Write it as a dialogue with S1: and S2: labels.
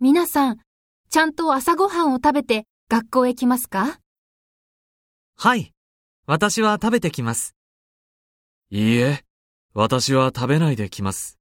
S1: 皆さん、ちゃんと朝ごはんを食べて学校へ来ますか
S2: はい。私は食べてきます。
S3: いいえ、私は食べないで来ます。